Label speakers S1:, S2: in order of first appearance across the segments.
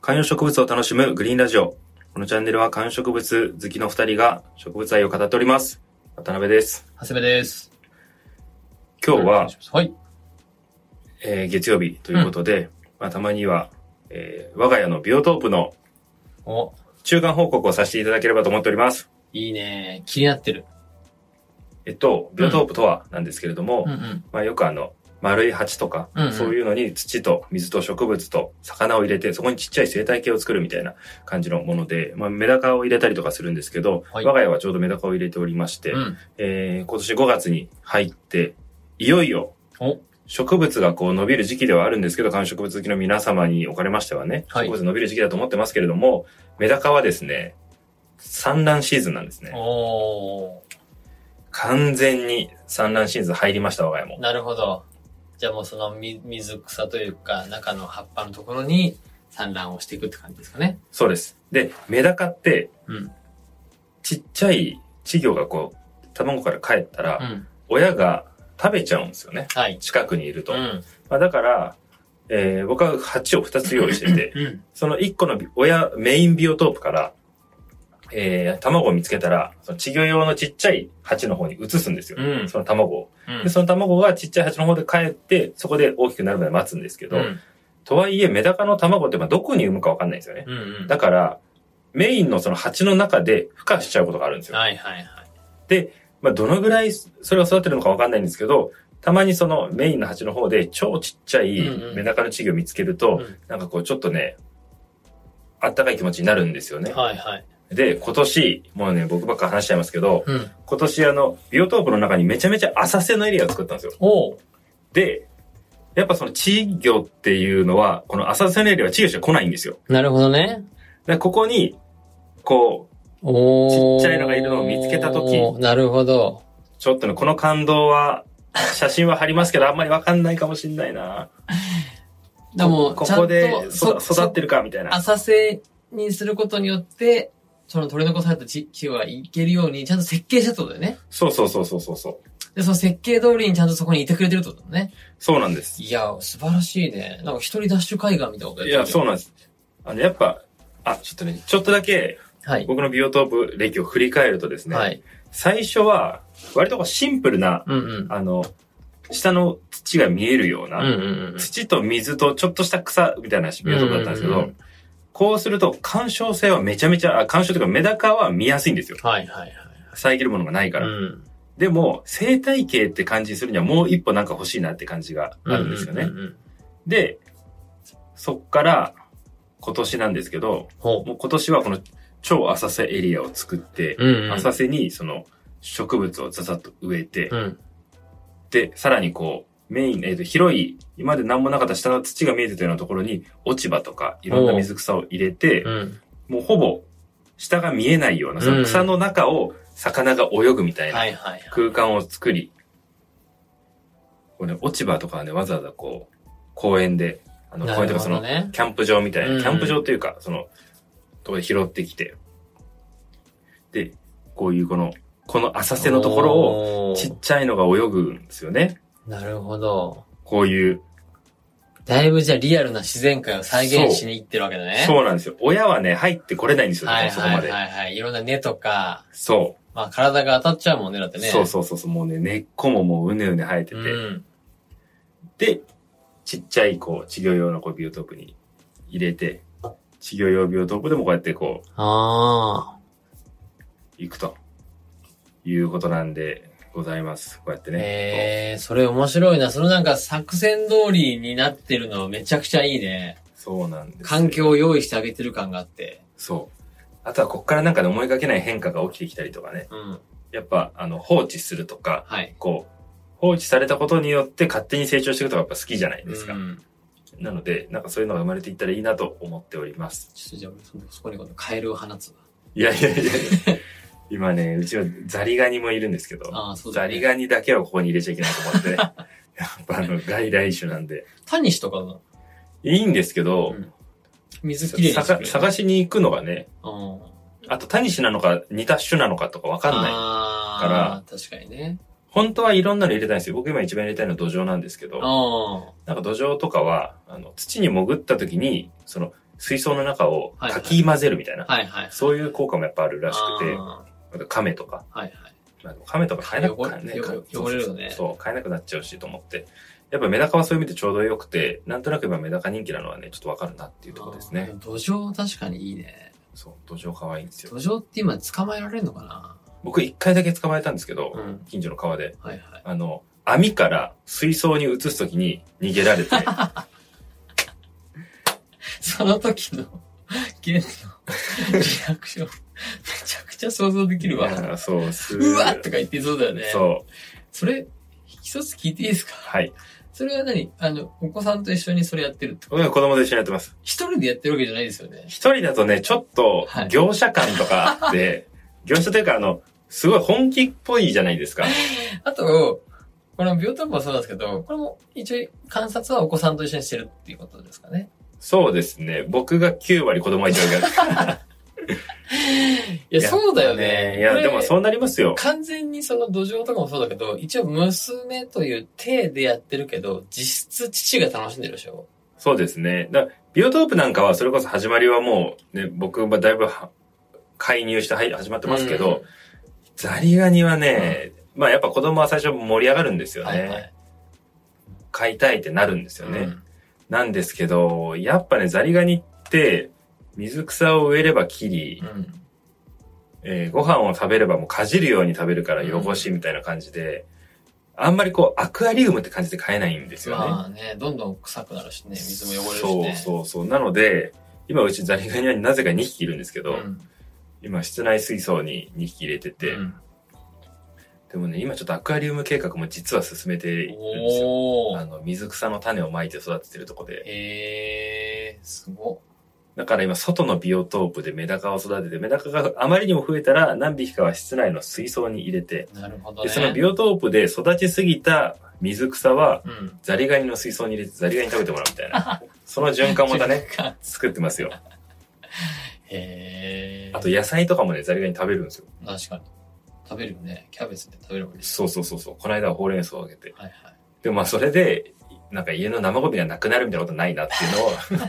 S1: 観葉植物を楽しむグリーンラジオ。このチャンネルは観葉植物好きの二人が植物愛を語っております。渡辺です。
S2: 長谷部です。
S1: 今日は、、
S2: はい。
S1: えー月曜日ということで、まあ、たまには、えー我が家のビオトープの
S2: お、
S1: 中間報告をさせていただければと思っております。
S2: いいね。気になってる。
S1: えっと、ビオトープとはなんですけれども、
S2: うんうん。
S1: まあ、よくあの、丸い鉢とか、
S2: うんうん
S1: そういうのに土と水と植物と魚を入れて、そこにちっちゃい生態系を作るみたいな感じのもので、まあ、メダカを入れたりとかするんですけど、
S2: はい
S1: 我が家はちょうどメダカを入れておりまして、
S2: うん。
S1: えー今年5月に入って、いよいよ
S2: お、
S1: 植物がこう伸びる時期ではあるんですけど、観葉植物好きの皆様におかれましてはね、
S2: はい
S1: 植物伸びる時期だと思ってますけれども、メダカはですね、産卵シーズンなんですね。
S2: お
S1: 完全に産卵シーズン入りました、我が家
S2: ー
S1: も。
S2: なるほど。じゃあもうそのみ水草というか、中の葉っぱのところに産卵をしていくって感じですかね。
S1: そうです。で、メダカって、
S2: うん。
S1: ちっちゃい稚魚がこう、卵から帰ったら、
S2: うん。
S1: 親が食べちゃうんですよね。
S2: はい。
S1: 近くにいる
S2: う
S1: と。
S2: ん。
S1: まあ、だから、えー僕は鉢を2つ用意してて、
S2: うん。
S1: その1個のビ親、メインビオトープから、えー、卵を見つけたら、その稚魚用のちっちゃい鉢の方に移すんですよ。
S2: うん
S1: その卵を。
S2: うん
S1: で、その卵がちっちゃい鉢の方で帰って、そこで大きくなるまで待つんですけど、とはいえ、メダカの卵ってまあどこに産むかわかんないんですよね。
S2: うんうん。
S1: だから、メインのその鉢の中で孵化しちゃうことがあるんですよ。
S2: はいはいはい。
S1: まあ、どのぐらいそれを育てるのかわかんないんですけど、たまにそのメインの鉢の方で超ちっちゃい
S2: うんうん
S1: メダカの稚魚を見つけると、
S2: うん
S1: なんかこうちょっとね、あったかい気持ちになるんですよね。
S2: はいはい。
S1: で、今年、もうね、僕ばっか話しちゃいますけど、
S2: うん。
S1: 今年あの、ビオトープの中にめちゃめちゃ浅瀬のエリアを作ったんですよ。
S2: おー
S1: で、やっぱその稚魚っていうのは、この浅瀬のエリアは稚魚しか来ないんですよ。
S2: なるほどね。
S1: で、ここに、こう、
S2: おー
S1: ちっちゃいのがいるのを見つけたとき
S2: なるほど。
S1: ちょっとね、この感動は、写真は貼りますけど、あんまりわかんないかもしんないな。
S2: でも、
S1: こ
S2: ちゃん
S1: こで
S2: と
S1: そ
S2: そ
S1: 育ってるか、みたいな。
S2: 浅瀬にすることによって、その取り残された地球は行けるように、ちゃんと設計したってことだよね。
S1: そうそうそうそうそうそう。
S2: で、その設計通りにちゃんとそこにいてくれてるってことだね。
S1: そうなんです。
S2: いや、素晴らしいね。なんか一人ダッシュ海岸みたいなこと
S1: い
S2: ってる
S1: や、そうなんです。あの、やっぱ、あ、ちょっとね、ちょっとだけ、
S2: はい。
S1: 僕のビオトープ歴を振り返るとですね、
S2: はい。
S1: 最初は、割とこうシンプルな、
S2: うんうん。
S1: あの、下の土が見えるよう
S2: う
S1: な、
S2: んうんうん。
S1: 土と水とちょっとした草みたいなビオトープだったんですけど、
S2: うんうんうん
S1: こうすると、干渉性はめちゃめちゃ、あ干渉というかメダカは見やすいんですよ。
S2: はいはい
S1: 遮るものがないか
S2: はい。
S1: ら。
S2: ん。
S1: でも、生態系って感じにするにはもう一歩なんか欲しいなって感じがあるんですよね。
S2: うんうんうん。
S1: で、そっから今年なんですけど、
S2: ほ
S1: もう今年はこの超浅瀬エリアを作って、
S2: う。うんうん。
S1: 浅瀬にその植物をざざっと植えて、
S2: うん。
S1: で、さらにこう、メイン、えっ、と、広い、今まで何もなかった下の土が見えてたようなところに、落ち葉とか、いろんな水草を入れて
S2: う、ん。
S1: もうほぼ、下が見えないような、その草の中を魚が泳ぐみたいな
S2: はいはいはい。
S1: 空間を作り、こうね、落ち葉とかはね、わざわざこう、公園で、あの、公園とかその、
S2: ね。
S1: キャンプ場みたい
S2: うん
S1: な、キャンプ場というか、その、とこで拾ってきて、で、こういうこの、この浅瀬のところを、
S2: を
S1: ちっちゃいのが泳ぐんですよね。
S2: なるほど。
S1: こういう。
S2: だいぶじゃあリアルな自然界を再現しにいってるわけだね。
S1: そうなんですよ。親はね、入ってこれないんですよ、
S2: はい
S1: そこま
S2: はい
S1: で。
S2: はいはい。いろんな根とか、
S1: そ
S2: まあ体が当たっちゃうもんね、だって
S1: う。
S2: ね。
S1: そうそうそうそう。もうね、根っこももううねうね生えてて。
S2: うん。
S1: で、ちっちゃい、こう、稚魚用のこうビオトープに入れて、稚魚用ビオトープでもこうやってこう、
S2: あ
S1: 行くということなんでございます。こうやって
S2: あ。
S1: ね。
S2: へえー、それ面白いな。そのなんか作戦通りになってるのめちゃくちゃいいね。
S1: そうなんですよ。
S2: 環境を用意してあげてる感があって。
S1: そう。あとはこっからなんかね、思いがけない変化が起きてきたりとかね。
S2: うん。
S1: やっぱ、あの、放置するとか、
S2: はい。
S1: こう、放置されたことによって勝手に成長していくとかやっぱ好きじゃないですか。
S2: うん。
S1: なので、なんかそういうのが生まれていったらいいなと思っております。
S2: ちょっとじゃあ、そこにこのカエルを放つわ。
S1: いやいやいやいや今ね、うちはザリガニもいるんですけど、
S2: ああ、そう
S1: ザ
S2: だ
S1: リ
S2: ね。
S1: ガニだけはここに入れちゃいけないと思 って、やっぱあの、外来種なんで。
S2: タニシとかの
S1: いいんですけど、
S2: うん水きれいに
S1: さ
S2: して
S1: か
S2: くれる。
S1: 探
S2: し、
S1: しに行くのがね、
S2: うん。
S1: あとタニシなのか似た種なのかとかわかんない。
S2: あ
S1: か
S2: あ
S1: ら
S2: 確かにね。
S1: 本当はいろんなの入れたいんですよ。僕今一番入れたいのは土壌なんですけど、
S2: ああ。
S1: なんか土壌とかは、あの、土に潜った時に、その、水槽の中を
S2: はい
S1: か
S2: はい
S1: き混ぜるみたいな、
S2: はいはい。
S1: そういう効果もやっぱあるらしくて、
S2: あ
S1: あと亀とか、
S2: ーはい
S1: まあ、でも亀とか飼えなく
S2: 汚れ
S1: 飼えね
S2: 汚れ
S1: そう
S2: 汚れるよね
S1: そう、飼えなくなっちゃうしと思って。やっぱメダカはそういう意味でちょうど良くて、なんとなく今メダカ人気なのはね、ちょっとわかるなっていうとこ
S2: はい。
S1: ろですね。
S2: あー。土壌確かにいいね。
S1: そう、土壌可愛いんです
S2: 土
S1: よ。
S2: 壌って今捕まえられるのかな
S1: 僕一回だけ捕まえたんですけど、
S2: うん。
S1: 近所の川で、
S2: はいはい。
S1: あの、網から水槽に移すときに逃げられて、
S2: その時の、 ゲンのリアクション、めちゃくちゃ想像できるわ。
S1: あーそう、す
S2: うわとか言ってそうだよね。
S1: そう、
S2: それ、一つ聞いていいですか
S1: はい。
S2: それは何あの、お子さんと一緒にそれやってるってこと
S1: 僕は子供と一緒にやってます。
S2: 一人でやってるわけじゃないですよね。
S1: 一人だとね、ちょっと
S2: はい
S1: 業者感とかあ って、業者というかあの、すごい本気っぽいじゃないですか。
S2: あと、このビオトープもそうなんですけど、これも一応観察はお子さんと一緒にしてるっていうことですかね。
S1: そうですね。僕が9割子供がいちゃうから。
S2: いや、そうだよ
S1: っぱ
S2: ね。
S1: いや、でも
S2: う。
S1: そうなりますよ。
S2: 完全にその土壌とかもそうだけど、一応娘という体でやってるけど、実質父が楽しんでるでしょ。
S1: そうですね。だビオトープなんかは、それこそ始まりはもう、ね、僕もだいぶは介入してはい始まってますけど、ザリガニはね、まあやっぱ子供は最初盛り上がるんです
S2: うん、
S1: よね。
S2: はいはい。
S1: 飼いたいってなるんですよね。
S2: うん
S1: なんですけど、やっぱね、ザリガニって、水草を植えれば切り、
S2: うん
S1: えーご飯を食べればもうかじるように食べるから汚しみたいな感じで、あんまりこう、アクアリウムって感じで飼えないんですよね。
S2: まあね、どんどん臭くなるしね、水も汚れるしね。
S1: そうそうそう。なので、今うちザリガニはなぜか2匹いるんですけど、
S2: ん
S1: 今室内水槽に2匹入れてて、
S2: うん
S1: でもね、今ちょっとアクアリウム計画も実は進めているんですよ。
S2: お
S1: あ
S2: ー。
S1: の、水草の種をまいて育ててるとこで。
S2: えー、すご
S1: だから今、外のビオトープでメダカを育てて、メダカがあまりにも増えたら何匹かは室内の水槽に入れて、
S2: っ。なるほど
S1: で、
S2: ね。
S1: そのビオトープで育ちすぎた水草は
S2: うん。
S1: ザリガニの水槽に入れてザリガニに食べてもらうみたい な。その循環もだね、
S2: 循環。
S1: 作ってますよ。
S2: へー。
S1: あと野菜とかもね、ザリガニ食べるんですよ。
S2: 確かに。食べるよね。キャベツって食べるもんね。
S1: そうそうそうそう。この間はほうれん草をあげて。
S2: はいはい。
S1: でもまあそれで、なんか家の生ゴミがなくなるみたいなことないなっていうの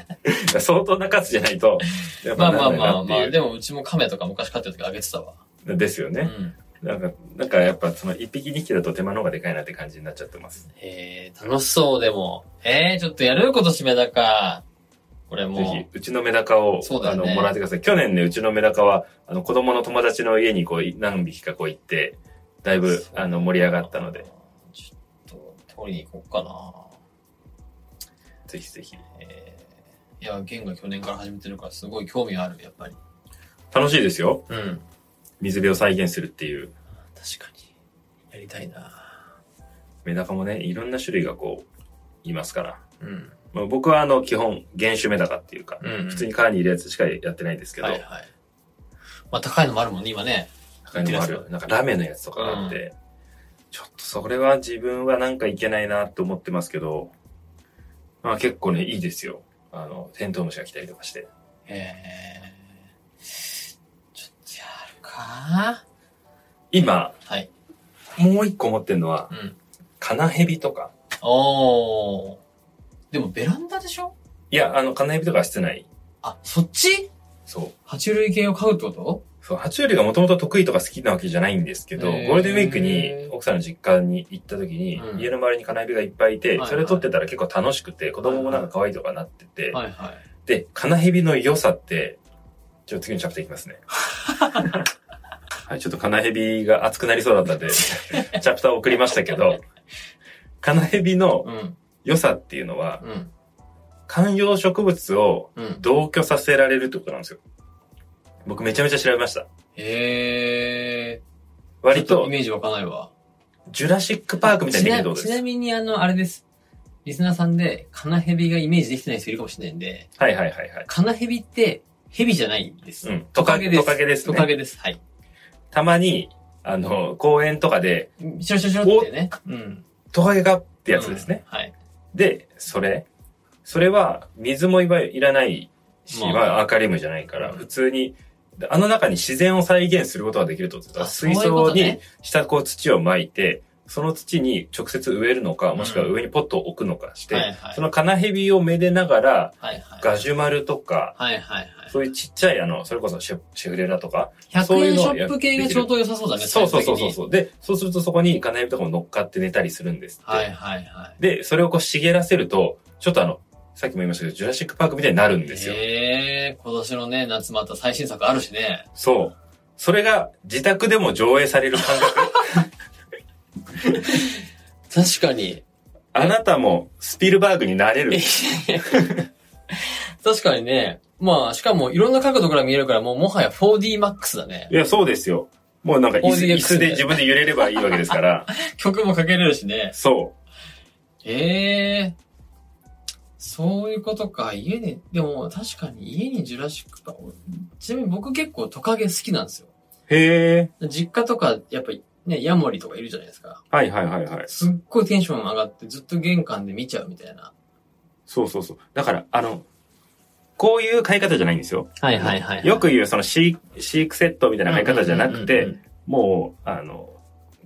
S1: を、 相当な数じゃないと、やっ
S2: ま
S1: ぱ
S2: あ
S1: なんな
S2: まあ
S1: い
S2: ま
S1: な
S2: あ
S1: っ
S2: ま
S1: てい
S2: あ、
S1: う。
S2: でもうちも亀とか昔飼ってる時あげてたわ。
S1: ですよ
S2: う
S1: ね。
S2: ん。
S1: なんか、なんかやっぱその一匹二匹だと手間の方がでかいなって感じになっちゃってます。
S2: えー、楽しそうでも。えー、ちょっとやることしめだか。これ
S1: ぜ
S2: も
S1: ひ、うちのメダカを、
S2: そうだ
S1: あ
S2: よ
S1: の、
S2: ね。
S1: もらってください。去年ね、うちのメダカは、あの、子供の友達の家にこう、何匹かこう行って、だいうぶ、あの、盛り上がったので、。
S2: ちょっと、取りに行こうかな。
S1: ぜひぜひ。
S2: えーいや、ゲンが去年から始めてるから、すごい興味ある、やっぱり。
S1: 楽しいですよ。
S2: うん。確
S1: 水辺を再現するっていう。
S2: かに。やりたいな
S1: メダカもね、いろんな種類がこう、いますから。
S2: うん。
S1: まあ、僕はあの、基本、原種メダカっていうか、
S2: うん。
S1: 普通に川にいるやつしかやってないんですけど、
S2: はいはい。まあ、高いのもあるもんね、今ね。
S1: 他にもあ
S2: 言っ
S1: る
S2: て、
S1: なんかラメのやつとかがあって、ちょっとそれは自分はなんかいけないなと思ってますけど、まあ結構ね、いいですよ。あの、テントウムシが来たりとかして。
S2: えー、ちょっとやるか
S1: 今、
S2: はい。
S1: もう一個持ってるのは
S2: う、ん。
S1: カナヘビとか。
S2: おー。でもベランダでしょ
S1: いや、あの、カナヘビとかは室内。
S2: あ、そっち
S1: そう。
S2: 爬虫類系を飼うってこと
S1: そう、爬虫類がもともと得意とか好きなわけじゃないんですけど、
S2: へー
S1: ゴールデンウィークに奥さんの実家に行った時に、
S2: うん
S1: 家の周りにカナヘビがいっぱいいて、
S2: はいはい
S1: それ撮ってたら結構楽しくて、子供もなんか可愛いとかなってて、
S2: はいはい。
S1: で、カナヘビの良さって、ちょっと次のチャプターいき ますね。はい、ちょっとカナヘビが熱くなりそうだったん で、チャプターを送りましたけど、カナヘビの
S2: うん、
S1: 良さっていうのは、
S2: うん、
S1: 観葉植物を
S2: うん。
S1: 同居させられるってことなんですよ。僕めちゃめちゃ調べました。
S2: えー。
S1: 割
S2: ちょっイ
S1: と、
S2: メージわかんないわ。
S1: ジュラシックパークみたいなイメージどうで
S2: ちなち
S1: す
S2: なみにあの、あれです。リスナーさんで、カナヘビがイメージできてない人いるかもしれないんで、
S1: はいはいはいはい。
S2: カナヘビって、ヘビじゃないんです。
S1: うん。トカゲです。トカゲです
S2: トカ
S1: ね。
S2: ゲです。はい。
S1: たまに、あの、公園とかで、
S2: シュロシュロシュロってね。うん。
S1: トカゲがってやつですね。
S2: うん。はい。
S1: で、それ。それは、水もいわいらないし、
S2: まあ
S1: まあ、アーカリウムじゃないから、
S2: うん
S1: 普通に、であの中に自然を再現することができるってことです。だから
S2: あそう
S1: 水
S2: いうこ
S1: 槽
S2: とね
S1: に下こう土を撒いて、その土に直接植えるのか、もしくは上にポットを置くのかして、
S2: はいはい
S1: そのカナヘビをめでながら、
S2: はいはい。
S1: ガジュマルとか、
S2: はいはいはい。
S1: そういうちっちゃい、あの、それこそシェシェフレラとか。そう
S2: 100
S1: いう
S2: 円シ
S1: の
S2: ョ
S1: をやって
S2: ップ
S1: る
S2: 系がちょうど良さそうだね。
S1: そうそうそうそう
S2: う。
S1: そう。で、そうするとそこにカナヘビとかも乗っかって寝たりするんですって。
S2: はいはいは
S1: で、それをこう茂らせると、ちょっとあの、さっきも言いましたけど、ジュラシックパークみたいになるん
S2: い。
S1: ですよ。
S2: ええ今年のね、夏また最新作あるしね。
S1: そう。それが自宅でも上映される感 覚。
S2: 確かに。
S1: あなたもスピルバーグになれる。
S2: 確かにね。まあ、しかもいろんな角度から見えるから、もうもはや 4DMAX だね
S1: い。や、そうですよ。もうなんか椅子
S2: 4DX
S1: 椅子で自分で揺れればいいわけです から。
S2: 曲もかけれるしね。
S1: そ
S2: ええそういうことか。家に、でも確かに家にジュラシックパーク。ちなみに僕結構トカゲ好きなんですよ。
S1: う。へえ。
S2: 実家とか、やっぱりね、ヤモリとかいるじゃないですか。
S1: はいはいはいはい。
S2: すっごいテンション上がってずっと玄関で見ちゃうみたいな。
S1: そうそうそう。だから、あの、こういう飼い方じゃないんですよ。
S2: はいはいはい
S1: よく言うその飼育飼育セットみたいな飼い方じゃなくて、、もう、あの、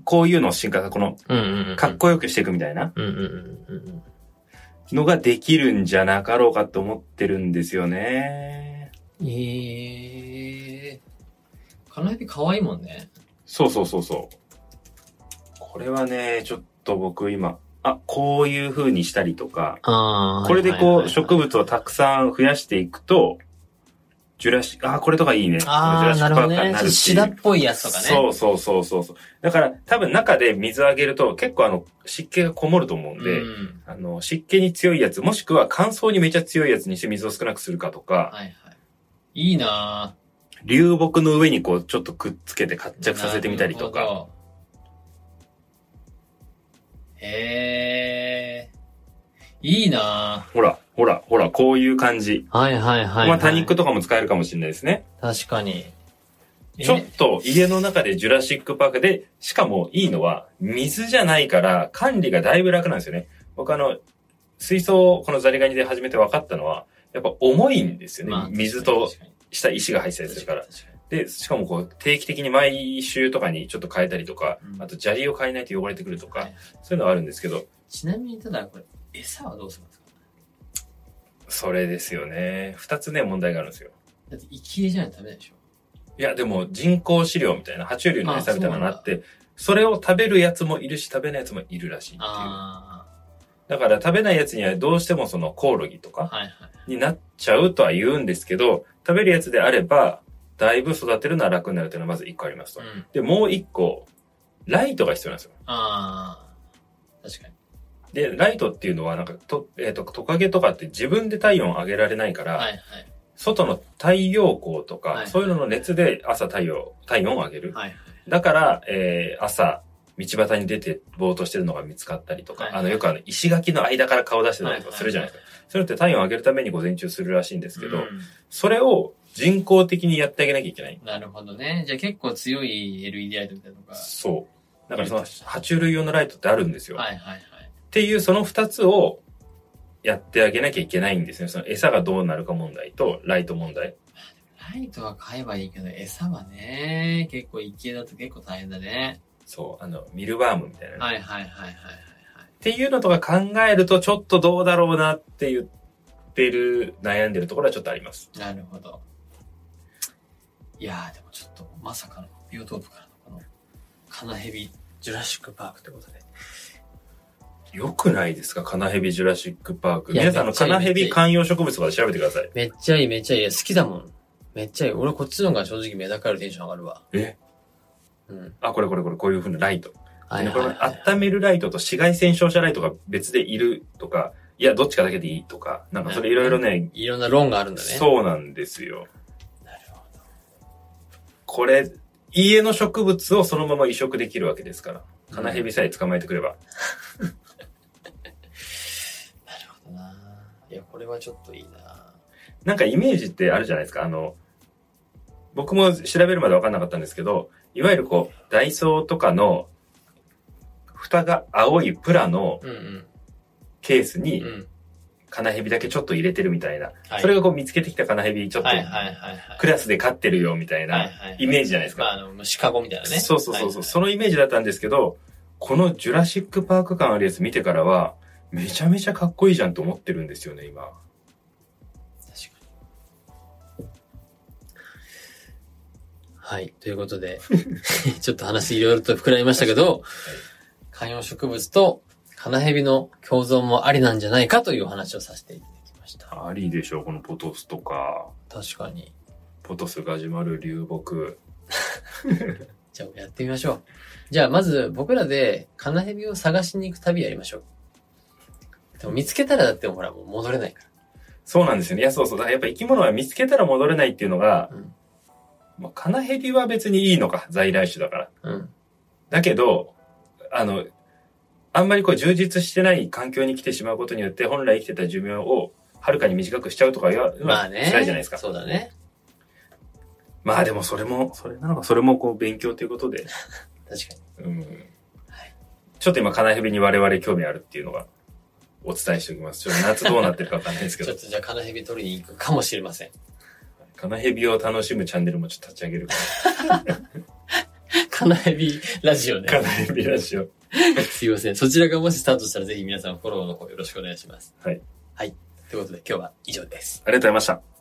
S1: こういうのを進化さこの、
S2: うんうんうん。
S1: かっこよくしていくみたいな
S2: うんうんうんうん。
S1: のができるんじゃなかろうかと思ってるんですよね。
S2: ええー。カナヘビ可愛いもんね。
S1: そうそうそうそう。これはね、ちょっと僕今、あ、こういう風にしたりとか、
S2: あ
S1: これでこう、植物をたくさん増やしていくと、ジュラシック、あー、これとかいいね。
S2: ああ、
S1: ジ
S2: な
S1: ュラシック
S2: るほど
S1: パーカー
S2: ね
S1: に。な
S2: ちょ
S1: る
S2: っと
S1: って
S2: シ
S1: い
S2: ダ
S1: う
S2: っぽいやつとかね。
S1: そうそうそうそうそう。だから多分中で水あげると結構あの湿気がこもると思うんで、
S2: うん
S1: あの湿気に強いやつ、もしくは乾燥にめちゃ強いやつにして水を少なくするかとか、
S2: はいはい。いいな
S1: 流木の上にこうちょっとくっつけて活
S2: ぁ
S1: 着させてみたりと。
S2: なる
S1: か、
S2: ほどへえ。いいな
S1: ほら、ほら、ほら、こういう感じ。
S2: ぁはいはいはい、はい。
S1: まあ多肉とかも使えるかもしれないですね。
S2: 確かに。
S1: ちょっ
S2: え
S1: と家の中でジュラシックパークで、しかもいいのは水じゃないから管理がだいぶ楽なんですよね。僕あの、水槽をこのザリガニで初めて分かったのは、やっぱ重いんですよね。
S2: まあ
S1: 水と
S2: 確かに
S1: 下石が入ってたりするから。。で、しかもこう定期的に毎週とかにちょっと変えたりとか、
S2: うん
S1: あと砂利を変えないと汚れてくるとか、
S2: はい
S1: そういうのはあるんですけど、
S2: ちなみにただこれ、餌はどうするんですか
S1: それですよね。二つね、問題があるんですよ。
S2: だって生き餌じゃないとダメなんでしょ
S1: いや、でも人工飼料みたいな、爬虫類の餌みたいなのがあ
S2: あ
S1: って、それを食べるやつもいるし、食べないやつもいるらしいっていう。
S2: あ
S1: だから食べないやつにはどうしてもそのコオロギと
S2: あ、
S1: か
S2: はいはい。
S1: になっちゃうとは言うんですけど、食べるやつであれば、だいぶ育てるのは楽になるというのはまず一個ありますと。
S2: うん。
S1: で、もう一個、ライトが必要なんですよ。
S2: ああ、確かに。
S1: で、ライトっていうのはなんか、と、えっ、と、トカゲとかって自分で体温上げられないから、
S2: はいはい。
S1: 外の太陽光とか、
S2: はい
S1: そういうのの熱で朝太陽、体温を上げる。
S2: はいはい。
S1: だから、えー朝、道端に出てぼーっとしてるのが見つかったりとか、
S2: はい
S1: あの、よくあの、石垣の間から顔出してたりとかするじゃないですか。
S2: か。
S1: それって体温を上げるために午前中するらしいんですけど、
S2: うん
S1: それを人工的にやってあげなきゃいけない。
S2: なるほどね。じゃあ結構強い LED ライトみたいなのが。
S1: そう。だからその、爬虫類用のライトってあるんですよ。
S2: はいはいはい。
S1: っていうその二つをやってあげなきゃいけないんですね。その餌がどうなるか問題とライト問題。
S2: ライトは買えばいいけど、餌はね、結構生き餌だと結構大変だね。
S1: そう、あの、ミルバームみたいなね、
S2: はいはいはいはいはい
S1: っていうのとか考えるとちょっとどうだろうなって言ってる、悩んでるところはちょっとあります。
S2: はい。なるほど。いやー、でもちょっとまさかのビオトープからのこの、カナヘビジュラシックパークってことで。
S1: よくないですかカナヘビジュラシックパーク。
S2: いや
S1: 皆さんあの
S2: めっちゃ
S1: カ
S2: いい
S1: ナヘ
S2: めっ
S1: ビ
S2: ちゃいい
S1: 観葉植物とかで調べてください。
S2: めっちゃいいめっちゃいい。好きだもん。めっちゃいい。俺こっちの方が正直メダカよりテンション上がるわ。
S1: え
S2: うん。
S1: あ、これこれこれ、こういう風なライト。
S2: はいはい
S1: これ
S2: はい、
S1: 温めるライトと紫外線照射ライトが別でいるとか、いや、どっちかだけでいいとか、なんかそれいろいろね、
S2: いろんな論があるんだね。
S1: そうなんですよ。
S2: なるほど。
S1: これ、家の植物をそのまま移植できるわけですから。カナヘビさえ捕まえてくれば。
S2: なるほどな。いや、これはちょっといいな。
S1: なんかイメージってあるじゃないですか。あの、僕も調べるまで分かんなかったんですけど、いわゆるこう、ダイソーとかの、蓋が青いプラの
S2: うんうん。
S1: ケース
S2: う
S1: に
S2: ん。
S1: カナヘビだけちょっと入れてるみたいな。
S2: はい
S1: それがこう見つけてきたカナヘビちょっと
S2: はいはいはいはい。
S1: クラスで飼ってるよみたい
S2: は
S1: ない
S2: はいはい
S1: イメージじゃないですか
S2: ま。あ、あの、虫かごみたいなね。
S1: そうそうそうそう、
S2: はい
S1: そのイメージだったんですけど、このジュラシックパーク感あるやつ見てからは、めちゃめちゃかっこいいじゃんと思ってるんですよね、今。
S2: 確かに。はい。ということで、 ちょっと話いろいろと膨らみましたけど、観葉植物とカナヘビの共存もありなんじゃないかというお話をさせていただきました。
S1: ありでしょう、このポトスとか。
S2: 確かに。
S1: ポトスが始まる流木。
S2: じゃあやってみましょう。じゃあまず僕らでカナヘビを探しに行く旅やりましょう。でも見つけたらだってほらもう戻れないか
S1: そうなんですよね。いや、そうそう。だからやっぱ生き物は見つけたら戻れないっていうのが、
S2: うん
S1: まあ、カナヘビは別にいいのか、在来種だから。
S2: ら。うん。
S1: だけど、あの、あんまりこう充実してない環境に来てしまうことによって、本来生きてた寿命をはるかに短くしちゃうとかは、
S2: まあね。
S1: 辛いじゃないですか。
S2: そうだね。
S1: まあでもそれも、それなのか、それもこう勉強ということ で、
S2: 確かに。
S1: うん。ちょっと今、カナヘビに我々興味あるっていうのが、お伝えしておきます。ちょっと夏どうなってるかわかんないですけ
S2: ちょ
S1: ど
S2: っ、とじゃあカナヘビ取りに行くかもしれません。
S1: カナヘビを楽しむチャンネルもちょっと立ち上げるか
S2: カナヘビラジオね
S1: ら、。カナヘビラジオ。
S2: すいません。そちらがもしスタートしたらぜひ皆さんフォローの方よろしくお願いします。
S1: はい。
S2: はい。ということで今日は以上です。
S1: ありがとうございました。